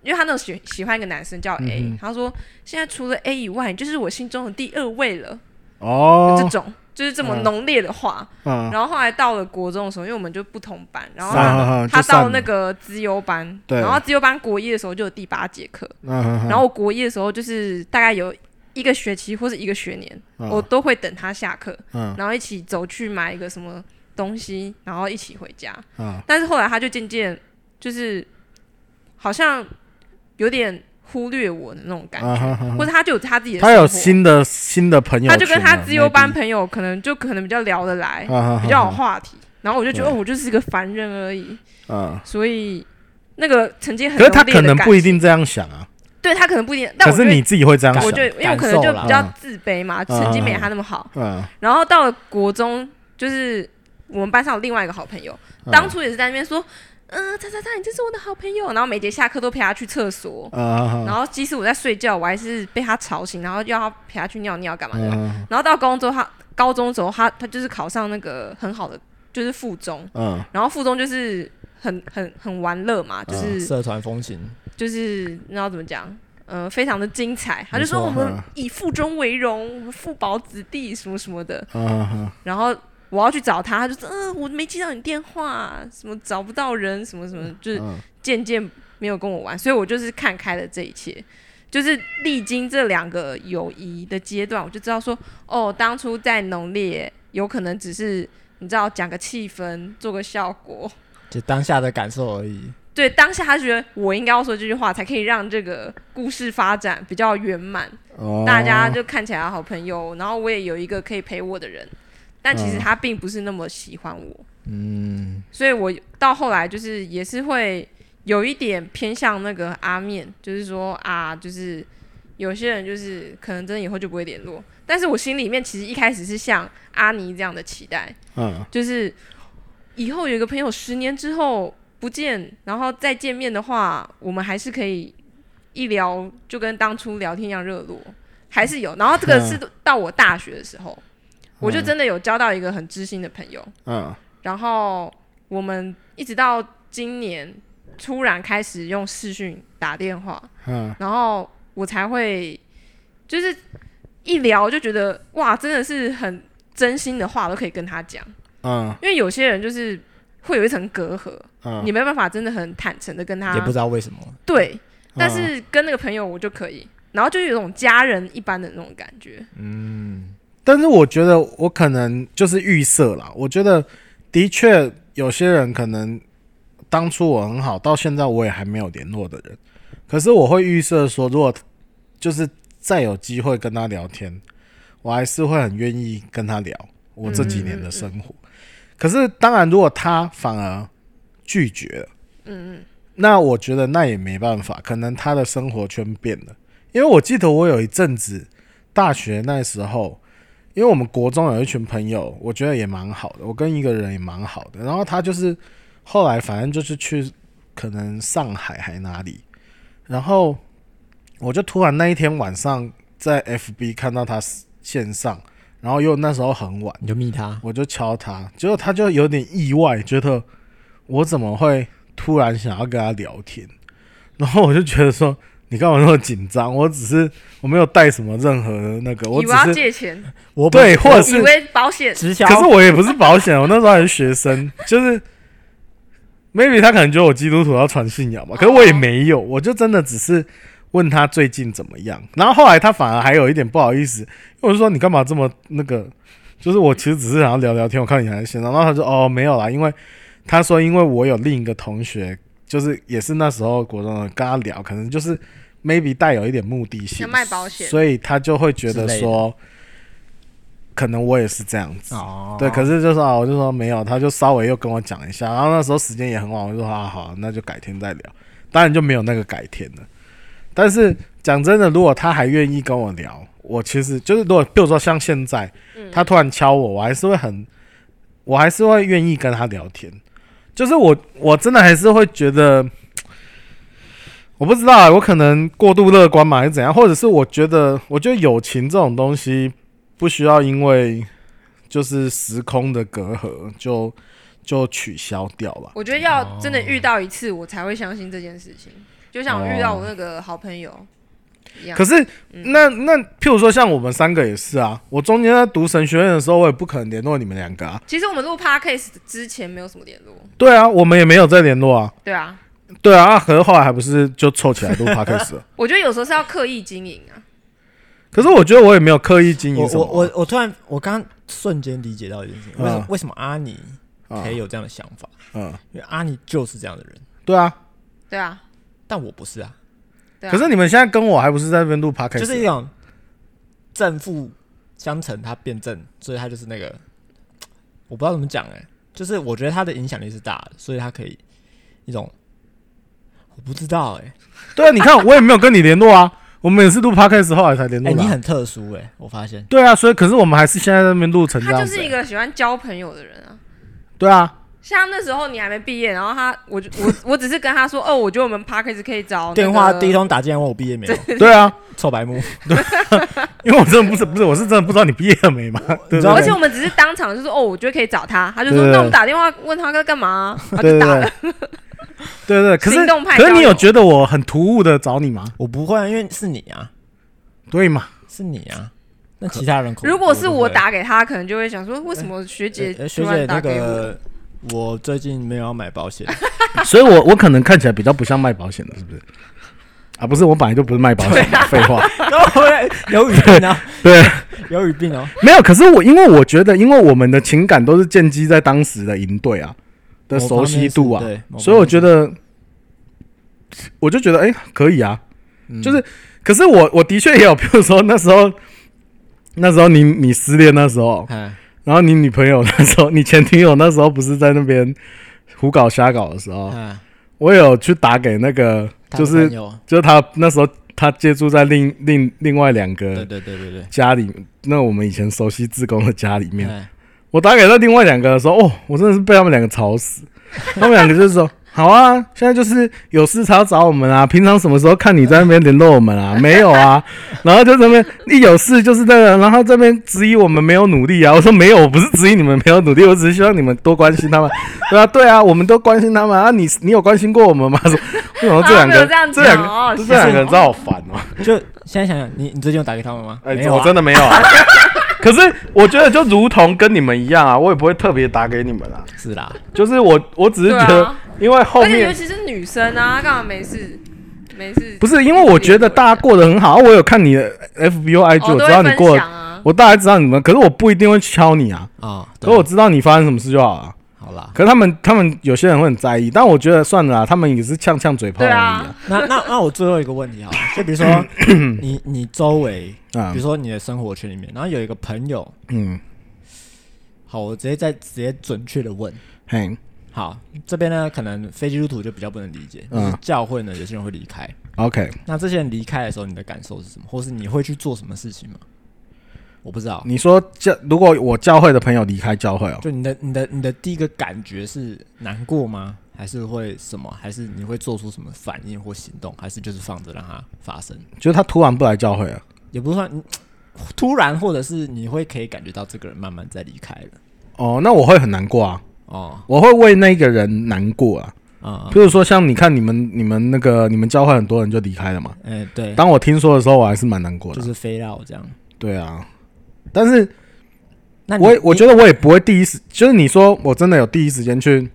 因为他那个喜喜欢一个男生叫 A，、嗯哼他说现在除了 A 以外，你就是我心中的第二位了。就这哦，种就是这么嗯浓烈的话。嗯，然后后来到了国中的时候，因为我们就不同班，然后散他了哈他就散到了那个资优班，对嗯然后资优班国一的时候就有第八节课，然然后我国一的时候就是大概有一个学期或是一个学年，啊我都会等他下课，嗯然后一起走去买一个什么东西，然后一起回家。嗯但是后来他就渐渐就是好像有点忽略我的那种感觉，啊哈哈哈或者他就有他自己的他有生新的新的朋友活，圈啊，他就跟他自由班 maybe 朋友可能就可能比较聊得来，啊哈哈比较有话题。然后我就觉得对哦我就是一个凡人而已，嗯，所以那个曾经很可是他浓烈的可能感不一情，定这样想啊，对他可能不一定，但可我是觉得你自己会这样想我，就因为我可感能受就啦比较嗯自卑嘛，嗯成绩没他那么好。嗯，然后到了国中，就是我们班上有另外一个好朋友，嗯当初也是在那边说，嗯、叉叉叉，你真是我的好朋友。然后每节下课都陪他去厕所，啊然后即使我在睡觉，我还是被他吵醒，然后要他陪他去尿尿干嘛的。嗯然后到高中，他高中之后，他他就是考上那个很好的，就是附中，嗯然后附中就是很很很玩乐嘛，就是、嗯啊社团风情，就是你知道怎么讲，呃，非常的精彩。他就说没错我们嗯以附中为荣，我们父保子弟什么什么的。嗯然后我要去找他，他就说，嗯、我没接到你电话，什么找不到人，什么什么，就是嗯渐渐没有跟我玩，所以我就是看开了这一切。就是历经这两个友谊的阶段，我就知道说，哦，当初在浓烈，有可能只是你知道讲个气氛，做个效果，就当下的感受而已。对，当下他觉得我应该要说这句话，才可以让这个故事发展比较圆满，哦，大家就看起来好朋友。然后我也有一个可以陪我的人，但其实嗯他并不是那么喜欢我，嗯，所以我到后来就是也是会有一点偏向那个阿面，就是说啊，就是有些人就是可能真的以后就不会联络，但是我心里面其实一开始是像阿尼这样的期待，嗯就是以后有一个朋友十年之后不见，然后再见面的话，我们还是可以一聊就跟当初聊天一样热络，还是有。然后这个是嗯到我大学的时候，我就真的有交到一个很知心的朋友，嗯然后我们一直到今年突然开始用视讯打电话，嗯然后我才会就是一聊就觉得哇，真的是很真心的话都可以跟他讲。嗯因为有些人就是会有一层隔阂，嗯，你没办法真的很坦诚的跟他也不知道为什么，对，嗯但是跟那个朋友我就可以，然后就有一种家人一般的那种感觉。嗯，但是我觉得我可能就是预设啦，我觉得的确有些人可能当初我很好，到现在我也还没有联络的人，可是我会预设说，如果就是再有机会跟他聊天，我还是会很愿意跟他聊我这几年的生活。可是当然，如果他反而拒绝了，嗯嗯，那我觉得那也没办法，可能他的生活圈变了。因为我记得我有一阵子大学那时候，因为我们国中有一群朋友，我觉得也蛮好的，我跟一个人也蛮好的。然后他就是后来反正就是去可能上海还哪里，然后我就突然那一天晚上在 FB 看到他线上，然后又那时候很晚。你就密他，我就敲他，结果他就有点意外，觉得我怎么会突然想要跟他聊天？然后我就觉得说，你干嘛那么紧张？我只是我没有带什么任何的那个，我以只为要是借钱，我对，或者以是为保险，直销，可是我也不是保险， 我那时候还是学生，就是 maybe 他可能觉得我基督徒要传信哦仰吧，可是我也没有，我就真的只是问他最近怎么样，然后后来他反而还有一点不好意思，因为我就说你干嘛这么那个，就是我其实只是想要聊聊天，我看你还在线上，然后他说哦没有啦，因为他说因为我有另一个同学，就是也是那时候国中的，跟他聊，可能就是 maybe 带有一点目的性想，卖保险所以他就会觉之得类的说。可能我也是这样子，哦，对，可是就是啊，我就说没有，他就稍微又跟我讲一下，然后那时候时间也很晚，我就说啊好，那就改天再聊。当然就没有那个改天了。但是讲真的，如果他还愿意跟我聊，我其实就是如果比如说像现在，他突然敲我，我还是会很，我还是会愿意跟他聊天。就是我我真的还是会觉得，我不知道、啊，我可能过度乐观嘛，还是怎样，或者是我觉得，我觉得友情这种东西不需要因为就是时空的隔阂就就取消掉了。我觉得哦要真的遇到一次，我才会相信这件事情。就像我遇到我那个好朋友一样可，是，那那譬如说，像我们三个也是啊。我中间在读神学院的时候，我也不可能联络你们两个啊。其实我们录 podcast 之前没有什么联络，对啊，我们也没有在联络啊。对啊，对啊，啊可是后来还不是就凑起来录 podcast 了。我觉得有时候是要刻意经营啊，可是我觉得我也没有刻意经我营什么我啊。我我突然，我刚刚瞬间理解到一件事情，为什么嗯为什么阿尼可以有这样的想法？啊嗯，因为阿尼就是这样的人，对啊，对啊，但我不是啊，对啊可是你们现在跟我还不是在那边录 p o d c a 就 s 是一种正负相乘，它变正，所以它就是那个，我不知道怎么讲哎、就是我觉得它的影响力是大的，所以它可以一种，我不知道哎、对啊，你看我也没有跟你联络啊， 我们也是录 p o d c a s 后来才联哎、络的你啊、很特殊哎、我发现对啊，所以可是我们还是现在在那边录成这他样就子、是一欸。个喜欢交朋友的人啊。对啊，像那时候你还没毕业，然后他，我就我我只是跟他说，哦，我觉得我们 p a r k a s 可以找、那个电话第一通打进来问我毕业 没有，对啊，臭白目，因为我真的不是不 是，我是真的不知道你毕业了没嘛，对 你不知道而对？且我们只是当场就说，哦，我觉得可以找他，他就说，对那我们打电话问他在干 嘛、啊然后对就对打对了。对对，可是行动派可是你交友有觉得我很突兀的找你吗？我不会啊，因为是你啊，对嘛？是你啊，那其他人可如果是不我会打给他，可能就会想说，为什么学姐呃突学然姐打那给我？个。我最近没有要买保险， 所以我我可能看起来比较不像卖保险的，是不是？啊，不是，我本来就不是卖保险的，啊废话。然后我也有语病啊，对，有语病哦、 没有。可是我因为我觉得，因为我们的情感都是建基在当时的营队啊的某熟方悉面是度啊，对某所以方我面觉是得，我就觉得哎、可以啊。嗯就是可是我我的确也有，比如说那时候， 那时候你你失恋那 时候，哎，然后你女朋友那时候，你前女友那时候不是在那边胡搞瞎搞的时哦候，哎我有去打给那个他就的是朋友就是他那时候他借住在另另另外两对个对对对对，家里，那我们以前熟悉志工的家里面，哎我打给那另外两个的时候，哦，我真的是被他们两个吵死。 他们两个就是说，好啊，现在就是有事才要找我们啊，平常什么时候看你在那边联络我们啊？ 没有啊，然后就这边一有事就是那个，然后这边质疑我们没有努力啊。我说没有，我不是质疑你们没有努力，我只是希望你们多关心他们。对啊，对啊，我们都关心他们啊。你你有关心过我们吗？ 说为什么这两啊没有个这样这两讲哦个是这两个人真的好烦哦、就现在想想，你你最近有打给他们吗？哎、没有我啊，真的没有啊。 可是我觉得就如同跟你们一样啊，我也不会特别打给你们啊。是啦，就是我，我只是对觉得，啊因为后而且尤面其是女生啊，干嘛没事没事？不是因为我觉得大家过得很好，我有看你的 F B O I G，、哦我都知会道你分过得，享啊，我大概知道你们，可是我不一定会敲你啊。啊，可对我知道你发生什么事就好了、好啦，可是他们，他们有些人会很在意，但我觉得算了啦，他们也是呛呛嘴炮而对已啊啊。， 那那那我最后一个问题 哈，就比如说你你周围，啊比如，说你的生活圈里面，然后有一个朋友，嗯，好，我直接再直接准确的问，嘿，好，这边呢可能非基督徒就比较不能理解，嗯就是教会呢有些人会离开， ，OK，那这些人离开的时候，你的感受是什么，或是你会去做什么事情吗？我不知道，你说教，如果我教会的朋友离开教会哦，就你的你的你的第一个感觉是难过吗？还是会什么？还是你会做出什么反应或行动？还是就是放着让它发生？就是他突然不来教会了。也不算嗯突然，或者是你会可以感觉到这个人慢慢在离开了。哦，那我会很难过啊，哦，我会为那个人难过啊。啊、比如说像你看你们你们那个你们教会很多人就离开了嘛，嗯，哎、对，当我听说的时候，我还是蛮难过的。就是飞到这样。对啊，但是那你我也我觉得得我也不会第一时，就是你说我真的有第一时间去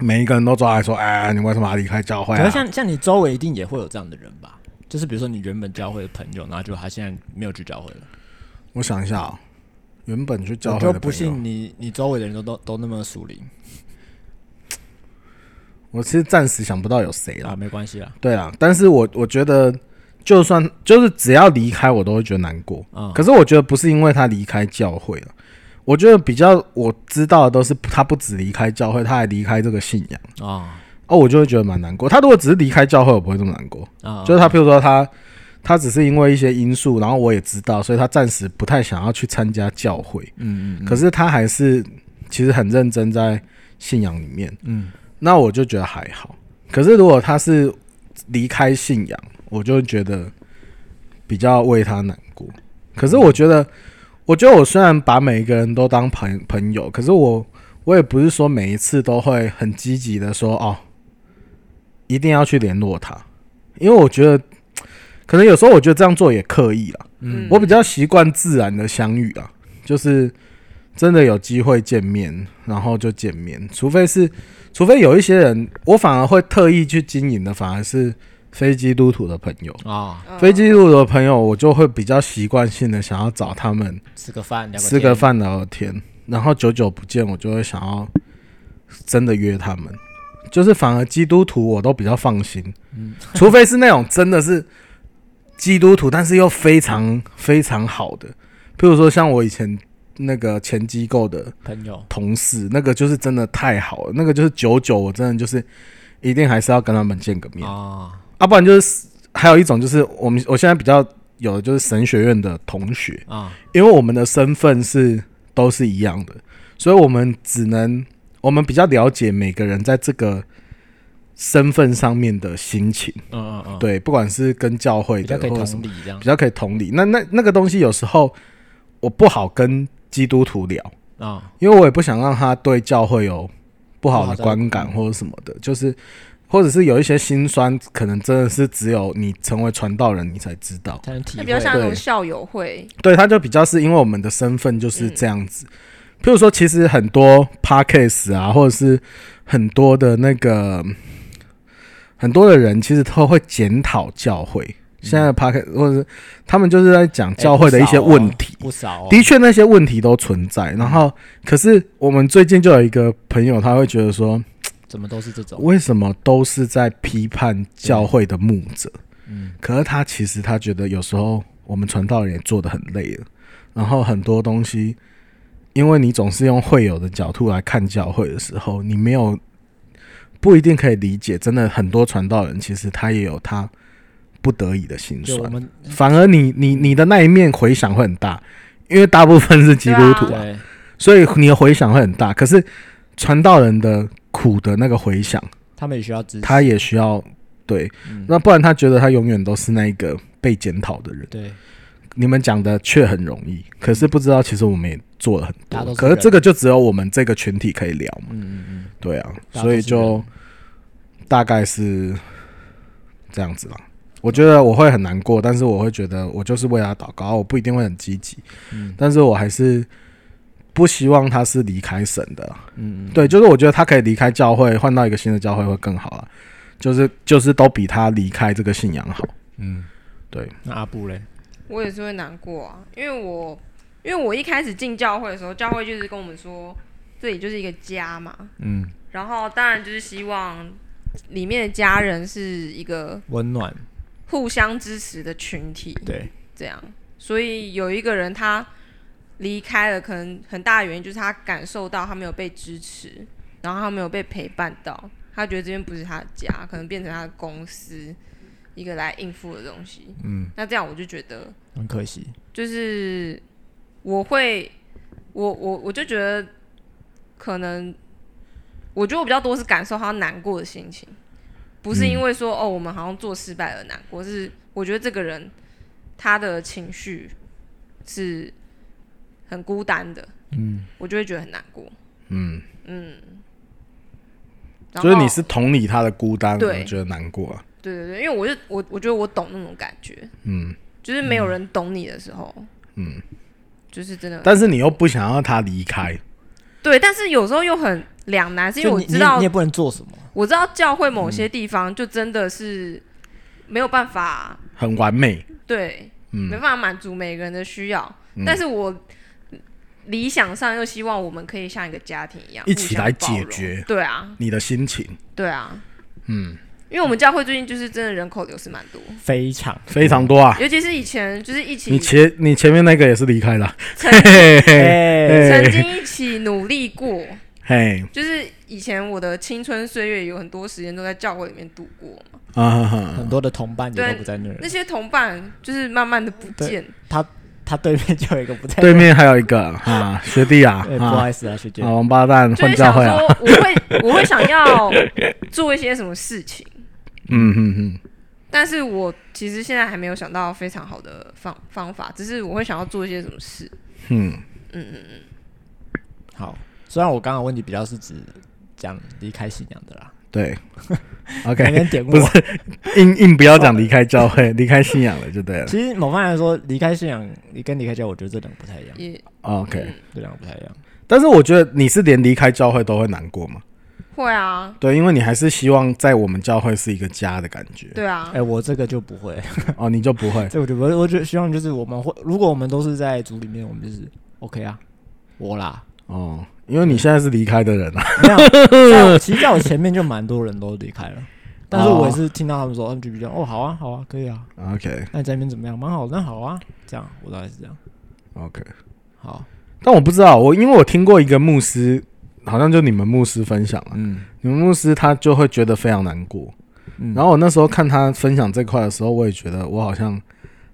每一个人都抓来说，哎，你为什么要离开教会可啊是？像像你周围一定也会有这样的人吧？就是比如说你原本教会的朋友，然后就他现在没有去教会了，我想一下啊、原本去教我会的就朋友不信你你周围的人都都都那么属灵我其实暂时想不到有谁啊，啦。没关系啦，对啊，但是我我觉得，就算就是只要离开，我都会觉得难过。啊、可是我觉得不是因为他离开教会了，我觉得比较我知道的都是他不止离开教会，他还离开这个信仰。啊哦，我就会觉得蛮难过。他如果只是离开教会，我不会这么难过。啊，就是他，譬如说他，他只是因为一些因素，然后我也知道，所以他暂时不太想要去参加教会。嗯嗯，可是他还是其实很认真在信仰里面。嗯那我就觉得还好。可是如果他是离开信仰，我就会觉得比较为他难过。可是我觉得，我觉得我虽然把每一个人都当朋朋友，可是我我也不是说每一次都会很积极的说哦，一定要去联络他，因为我觉得可能有时候我觉得这样做也刻意了。嗯我比较习惯自然的相遇啊，就是真的有机会见面，然后就见面。除非是，除非有一些人，我反而会特意去经营的，反而是非基督徒的朋友。啊，嗯非基督徒的朋友，我就会比较习惯性的想要找他们吃个饭，聊吃天个，饭聊聊天，然后久久不见，我就会想要真的约他们。就是反而基督徒我都比较放心，除非是那种真的是基督徒，但是又非常非常好的，譬如说像我以前那个前机构的朋友，同事，那个就是真的太好了，那个就是久久我真的就是一定还是要跟他们见个面，啊，啊，不然就是还有一种就是我们我现在比较有的就是神学院的同学，啊，因为我们的身份是都是一样的，所以我们只能我们比较了解每个人在这个身份上面的心情，嗯嗯嗯，，对，不管是跟教会比较的可以或者什同么，理这样比较可以同理。那那那个东西有时候我不好跟基督徒聊，啊，因为我也不想让他对教会有不好的观感不好的或者什么的，就是或者是有一些心酸，可能真的是只有你成为传道人你才知道。才能体那会比较像那种对校友会，对，他就比较是因为我们的身份就是这样子。譬如说，其实很多 podcast 啊，或者是很多的那个很多的人，其实都会检讨教会。现在的 podcast 或者是他们就是在讲哎教会的一些问题，不少哦，不少哦嗯的确，那些问题都存在。然后，可是我们最近就有一个朋友，他会觉得说，怎么都是这种，为什么都是在批判教会的牧者？嗯，可是他其实他觉得有时候我们传道人也做的很累了，然后很多东西，因为你总是用会友的角度来看教会的时候，你没有不一定可以理解，真的很多传道人其实他也有他不得已的心就我酸，们反而你你你的那一面回响会很大，因为大部分是基督徒对啊，对所以你的回响会很大。可是传道人的苦的那个回响，他们也需要支持，他也需要对，嗯那不然他觉得他永远都是那一个被检讨的人。对你们讲的却很容易，可是不知道其实我们也做了很大家都多，是可是这个就只有我们这个群体可以聊嘛，嗯嗯嗯。对啊，大家都是所以就大概是这样子啦。我觉得我会很难过，但是我会觉得我就是为他祷告，我不一定会很积极，嗯但是我还是不希望他是离开神的。嗯，嗯，对，就是我觉得他可以离开教会，换到一个新的教会会更好啊，就是就是都比他离开这个信仰好。嗯，对。那阿布嘞，我也是会难过啊，因为我因为我一开始进教会的时候，教会就是跟我们说这里就是一个家嘛，嗯，然后当然就是希望里面的家人是一个温暖，互相支持的群体，对，这样，所以有一个人他离开了，可能很大的原因就是他感受到他没有被支持，然后他没有被陪伴到，他觉得这边不是他的家，可能变成他的公司一个来应付的东西，嗯，那这样我就觉得。很可惜，就是我会，我我我就觉得可能，我觉得我比较多是感受他难过的心情，不是因为说、哦我们好像做失败而难过，是我觉得这个人他的情绪是很孤单的，嗯，我就会觉得很难过，嗯，嗯。然就是后你是同理他的孤单，对我觉得难过啊。对对对，因为我就我我觉得我懂那种感觉，嗯就是没有人懂你的时候，嗯，就是真的。但是你又不想要他离开，对，但是有时候又很两难，是因为就我你知道你也不能做什么，我知道教会某嗯些地方就真的是没有办法，很完美。对，没嗯办法满足每个人的需要。嗯但是我理想上又希望我们可以像一个家庭一样一起来互相包容解决对啊，你的心情，对啊，嗯，因为我们教会最近就是真的人口流失蛮多，非常非常多啊。尤其是以前就是一起你前你前面那个也是离开了，曾嘿嘿哎，曾经一起努力过，嘿就是以前我的青春岁月有很多时间都在教会里面度过嘛，啊哈哈很，多的同伴也对都不在那那儿，些同伴就是慢慢的不对见。他对面就有一个不在对那儿，面还有一个啊，学弟啊哎，不啊好意思啊，学姐啊，，王八蛋就混是教想会啊说，，我会 我会想要做一些什么事情，嗯嗯嗯，但是我其实现在还没有想到非常好的方方法，只是我会想要做一些什么事。嗯，好，虽然我刚刚的问题比较是指讲离开信仰的啦， 对有，OK，点哦典故不。是硬硬不要讲离开教会，离开信仰了就对了其实某方面来说，离开信仰跟离开教，我觉得这两个不太一样，也，OK。这两个不太一样。但是我觉得你是连离开教会都会难过吗？会啊，对，因为你还是希望在我们教会是一个家的感觉。对啊，哎，我这个就不会，哦，你就不 会。这我就不会，我就希望就是我们会，如果我们都是在组里面，我们就是 OK 啊，我啦，哦，因为你现在是离开的人啊。没有，在我其实在我前面就蛮多人都离开 了，但是我哦也是听到他们说，他们就比较哦，好啊，好啊，可以啊， OK 那你在那边怎么样？蛮好，那好啊，这样我大概是这样。 OK，好，但我不知道，我因为我听过一个牧师，好像就你们牧师分享啊，嗯，你们牧师他就会觉得非常难过。嗯然后我那时候看他分享这块的时候，我也觉得我好像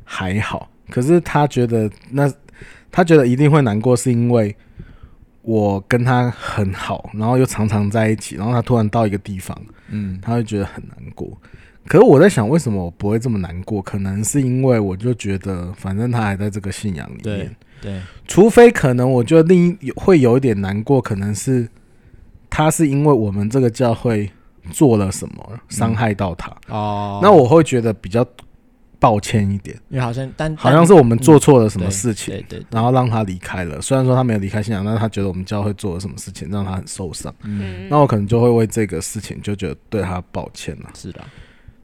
还好，可是他觉得那他觉得一定会难过，是因为我跟他很好，然后又常常在一起，然后他突然到一个地方，嗯他会觉得很难过。可是我在想，为什么我不会这么难过？可能是因为我就觉得，反正他还在这个信仰里面对，对，除非可能，我觉得另一有会有一点难过，可能是他是因为我们这个教会做了什么伤害到他，哦，那我会觉得比较抱歉一点，因为好像但好像是我们做错了什么事情，对对，然后让他离开了。虽然说他没有离开信仰，但是他觉得我们教会做了什么事情让他很受伤，嗯，嗯那我可能就会为这个事情就觉得对他抱歉了、是的，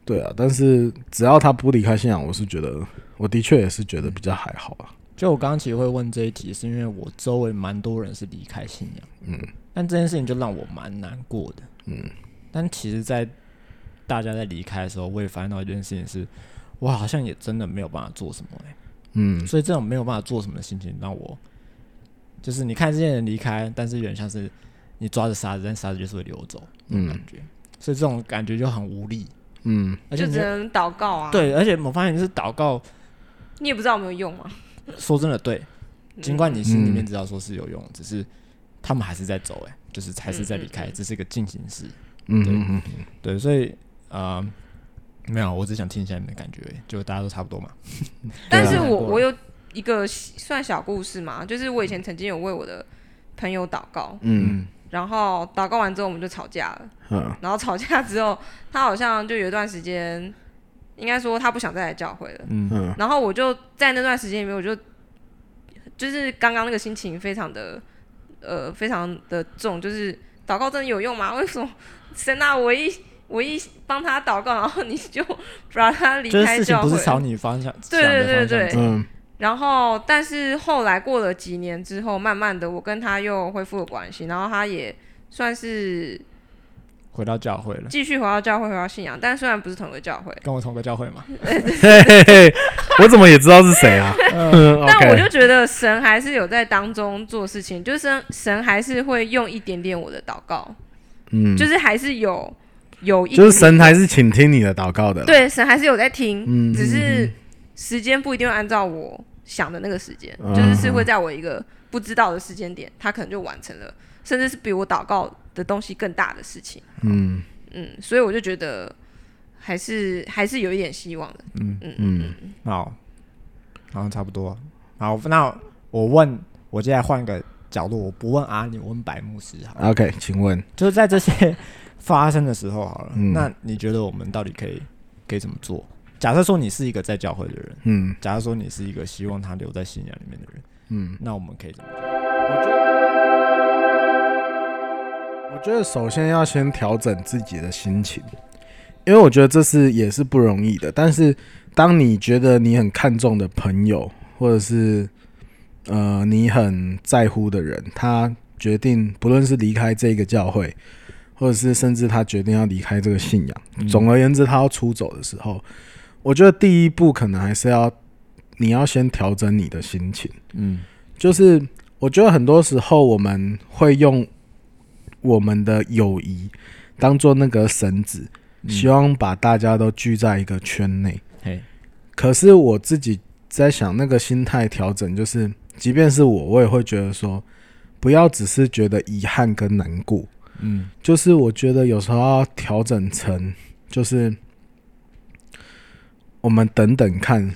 对啊，但是只要他不离开信仰，我是觉得我的确也是觉得比较还好啊。就我刚刚其实会问这一题，是因为我周围蛮多人是离开信仰，嗯但这件事情就让我蛮难过的。嗯，但其实，在大家在离开的时候，我也发现到一件事情是，我好像也真的没有办法做什么、欸嗯所以这种没有办法做什么的心情，让我就是你看这些人离开，但是有点像是你抓着沙子，但沙子就是会流走那种嗯感觉，所以这种感觉就很无力，嗯，而且就你只能祷告啊。，对，而且我发现就是祷告，你也不知道有没有用啊。说真的，对，嗯尽管你心里面知道说是有用，只是他们还是在走、欸，哎，就是还是在离嗯开，这是一个进行式，嗯对嗯嗯，对，所以啊、呃没有，我只想听一下你们的感觉而已，欸就大家都差不多嘛，但是对啊我我有一个算小故事嘛，就是我以前曾经有为我的朋友祷告，嗯然后祷告完之后我们就吵架了，嗯然后吵架之后，他好像就有一段时间，应该说他不想再来教会了。嗯嗯然后我就在那段时间里面，我就就是刚刚那个心情非常的呃非常的重，就是祷告真的有用吗？ 为什么神啊，我一我一帮他祷告，然后你就把他离就是开事情教不是朝会？你方向，对想的对对方向对走嗯然后，但是后来过了几年之后，慢慢的我跟他又恢复了关系，然后他也算是回到教会了， 继续回到教会，回到信仰，但虽然不是同一个教会，跟我同个教会嘛，嗯嘿嘿嘿，我怎么也知道是谁啊？嗯但我 OK，就觉得神还是有在当中做事情，就是神神还是会用一点点我的祷告，嗯，就是还是有有一就是神还是倾听你的祷告的啦，对神还是有在听，嗯只是时间不一定会按照我想的那个时间，嗯就是是会在我一个不知道的时间点，他可能就完成了，甚至是比我祷告的东西更大的事情。嗯嗯，所以我就觉得还是还是有一点希望的。嗯好，好像差不多。好，那我问，我接下来换个角度，我不问阿你，我问白牧师好了， ，OK，请问，就是在这些发生的时候好了，嗯那你觉得我们到底可以可以怎么做？假设说你是一个在教会的人，嗯假设说你是一个希望他留在信仰里面的人，嗯，那我们可以怎么做？我觉得首先要先调整自己的心情，因为我觉得这是也是不容易的。但是当你觉得你很看重的朋友，或者是呃你很在乎的人，他决定不论是离开这个教会，或者是甚至他决定要离开这个信仰，总而言之，他要出走的时候，我觉得第一步可能还是要你要先调整你的心情。嗯就是我觉得很多时候我们会用我们的友谊当做那个绳子，嗯希望把大家都聚在一个圈内。嘿，可是我自己在想，那个心态调整，就是即便是我，我也会觉得说，不要只是觉得遗憾跟难过，嗯就是我觉得有时候要调整成，就是我们等等看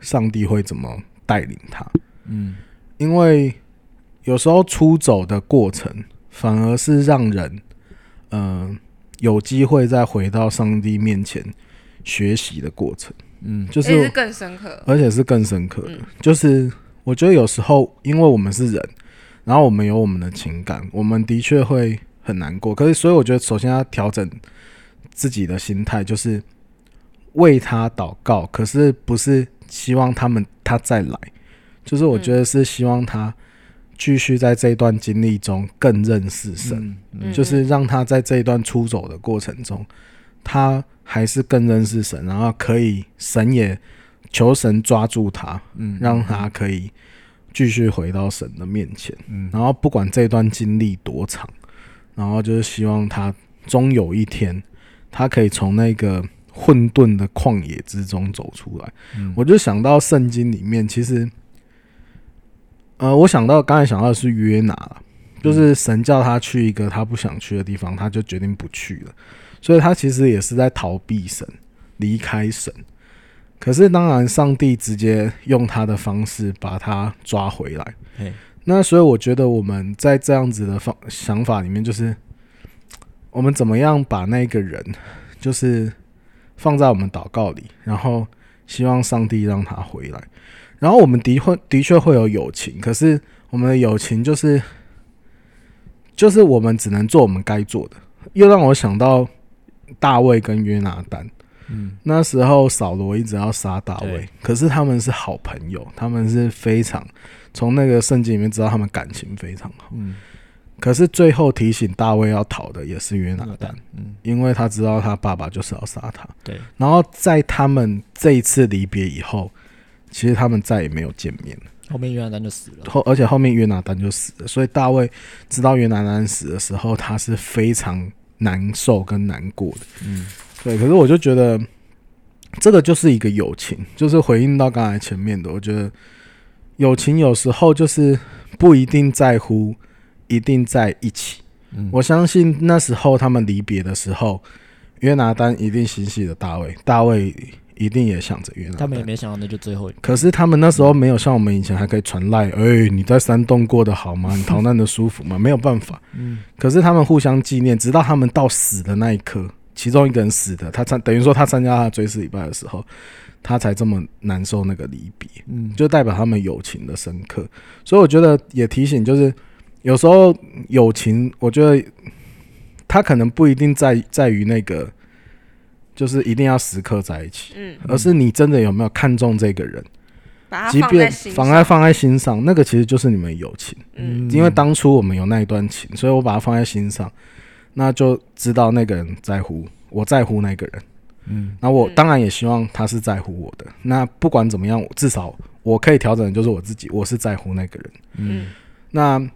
上帝会怎么带领他。嗯因为有时候出走的过程反而是让人，嗯、有机会再回到上帝面前学习的过程，嗯就也是是更深刻。而且是更深刻的。就是我觉得有时候，因为我们是人，然后我们有我们的情感，我们的确会很难过。可是，所以我觉得首先要调整自己的心态，就是为他祷告，可是不是希望他们他再来，就是我觉得是希望他继续在这一段经历中更认识神，嗯就是让他在这一段出走的过程中，他还是更认识神，然后可以神也求神抓住他，嗯让他可以继续回到神的面前。嗯然后不管这段经历多长，然后就是希望他终有一天，他可以从那个混沌的旷野之中走出来。嗯我就想到圣经里面，其实，呃，我想到刚才想到的是约拿啦，就是神叫他去一个他不想去的地方，他就决定不去了，所以他其实也是在逃避神，离开神。可是当然，上帝直接用他的方式把他抓回来。嘿，那所以我觉得我们在这样子的方想法里面，就是我们怎么样把那个人，就是放在我们祷告里，然后希望上帝让他回来。然后我们的会的确会有友情，可是我们的友情就是就是我们只能做我们该做的。又让我想到大卫跟约拿丹，嗯那时候扫罗一直要杀大卫对，可是他们是好朋友，他们是非常从那个圣经里面知道他们感情非常好。嗯，可是最后提醒大卫要逃的也是约拿那丹蛋，，嗯，因为他知道他爸爸就是要杀他。对，然后在他们这一次离别以后，其实他们再也没有见面了。后面约翰丹就死了，后而且后面约拿丹就死了，所以大卫知道约拿丹死的时候，他是非常难受跟难过的。嗯对，可是我就觉得这个就是一个友情，就是回应到刚才前面的，我觉得友情有时候就是不一定在乎，一定在一起。嗯，我相信那时候他们离别的时候，约拿丹一定心系的大卫，大卫一定也想着约拿他们也丹。没想到那就最后一，可是他们那时候没有像我们以前还可以传赖，哎、你在山洞过得好吗？你逃难的舒服吗？没有办法，嗯可是他们互相纪念，直到他们到死的那一刻，其中一个人死的，他参等于说他参加他的追思礼拜的时候，他才这么难受那个离别，嗯，就代表他们友情的深刻。所以我觉得也提醒，就是有时候友情，我觉得他可能不一定在在于那个，就是一定要时刻在一起，嗯，而是你真的有没有看重这个人，把它即啊放在便心反而上，放在心上，那个其实就是你们友情。嗯，因为当初我们有那一段情，所以我把它放在心上，那就知道那个人在乎，我在乎那个人。嗯那我嗯当然也希望他是在乎我的。那不管怎么样，我至少我可以调整，就是我自己，我是在乎那个人。嗯，那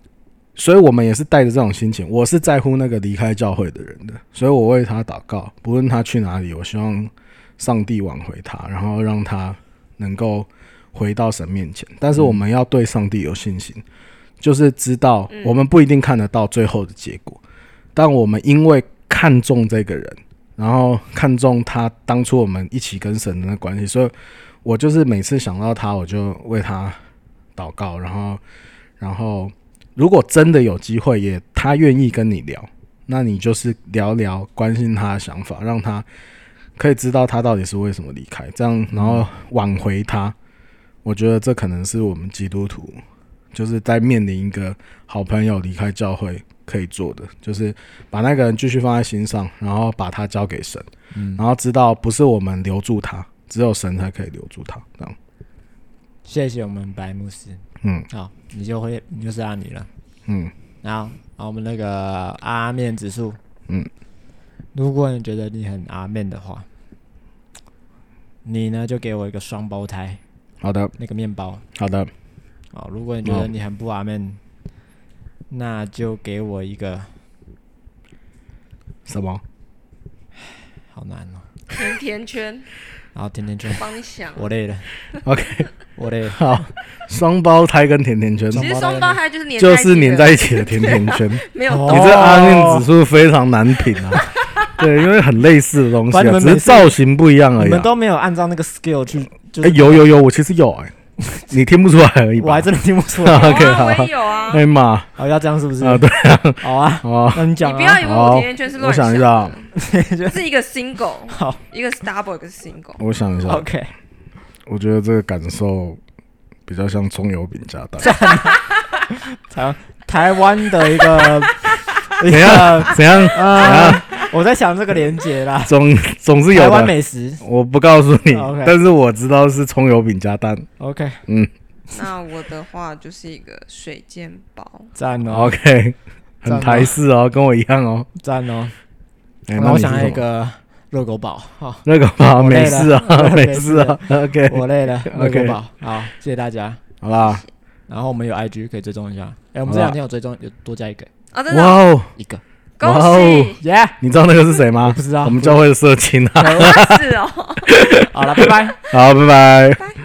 所以我们也是带着这种心情，我是在乎那个离开教会的人的，所以我为他祷告，不论他去哪里，我希望上帝挽回他，然后让他能够回到神面前。但是我们要对上帝有信心，就是知道嗯我们不一定看得到最后的结果，但我们因为看重这个人，然后看重他当初我们一起跟神的那关系，所以我就是每次想到他，我就为他祷告，然后，然后如果真的有机会也他愿意跟你聊，那你就是聊聊关心他的想法，让他可以知道他到底是为什么离开，这样然后挽回他。我觉得这可能是我们基督徒就是在面临一个好朋友离开教会可以做的，就是把那个人继续放在心上，然后把他交给神，嗯然后知道不是我们留住他，只有神才可以留住他。这样，谢谢我们白牧师，嗯好，你就会你就是阿尼了，嗯然后然后我们那个阿面指数，嗯，如果你觉得你很阿面的话，你呢就给我一个双胞胎好的那个面包好的，哦，如果你觉得好你很不阿面，那就给我一个什么？好难哦，甜甜圈，然后甜甜圈，帮你想，我累了 OK 我累了，好，双胞胎跟甜甜圈双其实双胞胎就是黏在就一起的是粘在一起的甜甜圈，你没有哦这阿面指数非常难品 啊。对，因为很类似的东西、把你啊，们只是每次造型不一样而你已、们啊。都没有按照那个 scale 去，就哎、是有有有，我其实有哎、你听不出来而已吧？我 还真的听不出来， OK 有好啊，我啊也。有啊，哎妈好要这样是不是？ 啊，对好啊，哦，那你你讲不要啊，以为我甜甜圈是我乱想一的下，是一个 single， 好一个 double，一个 single。我想一下， ，OK，我觉得这个感受比较像葱油饼加蛋。台台湾的一 个一怎个 样？怎样？呃，我在想这个连接啦，总总是台有湾的。美食哦我不告诉你 OK，但是我知道是葱油饼加蛋。 ，OK，嗯，那我的话就是一个水煎包，赞哦， OK，赞啊很吗台式哦，跟我一样哦。赞哦。哎然那后我你是想要什一么个热狗堡，好， 那个 我吧，累没了事啊，没没事啊。OK，我累了，热 OK 狗堡，好，谢谢大家。好啦，然后我们有 IG 可以追踪一下，哎，我们好啊这两啦天有追踪，有多加一个，啊，真哇的哦哦，一个，恭哇哦喜，耶，你知道那个是谁吗不？知道，我们教会的社青啊。哇是哦。好了，拜拜。好，拜拜。拜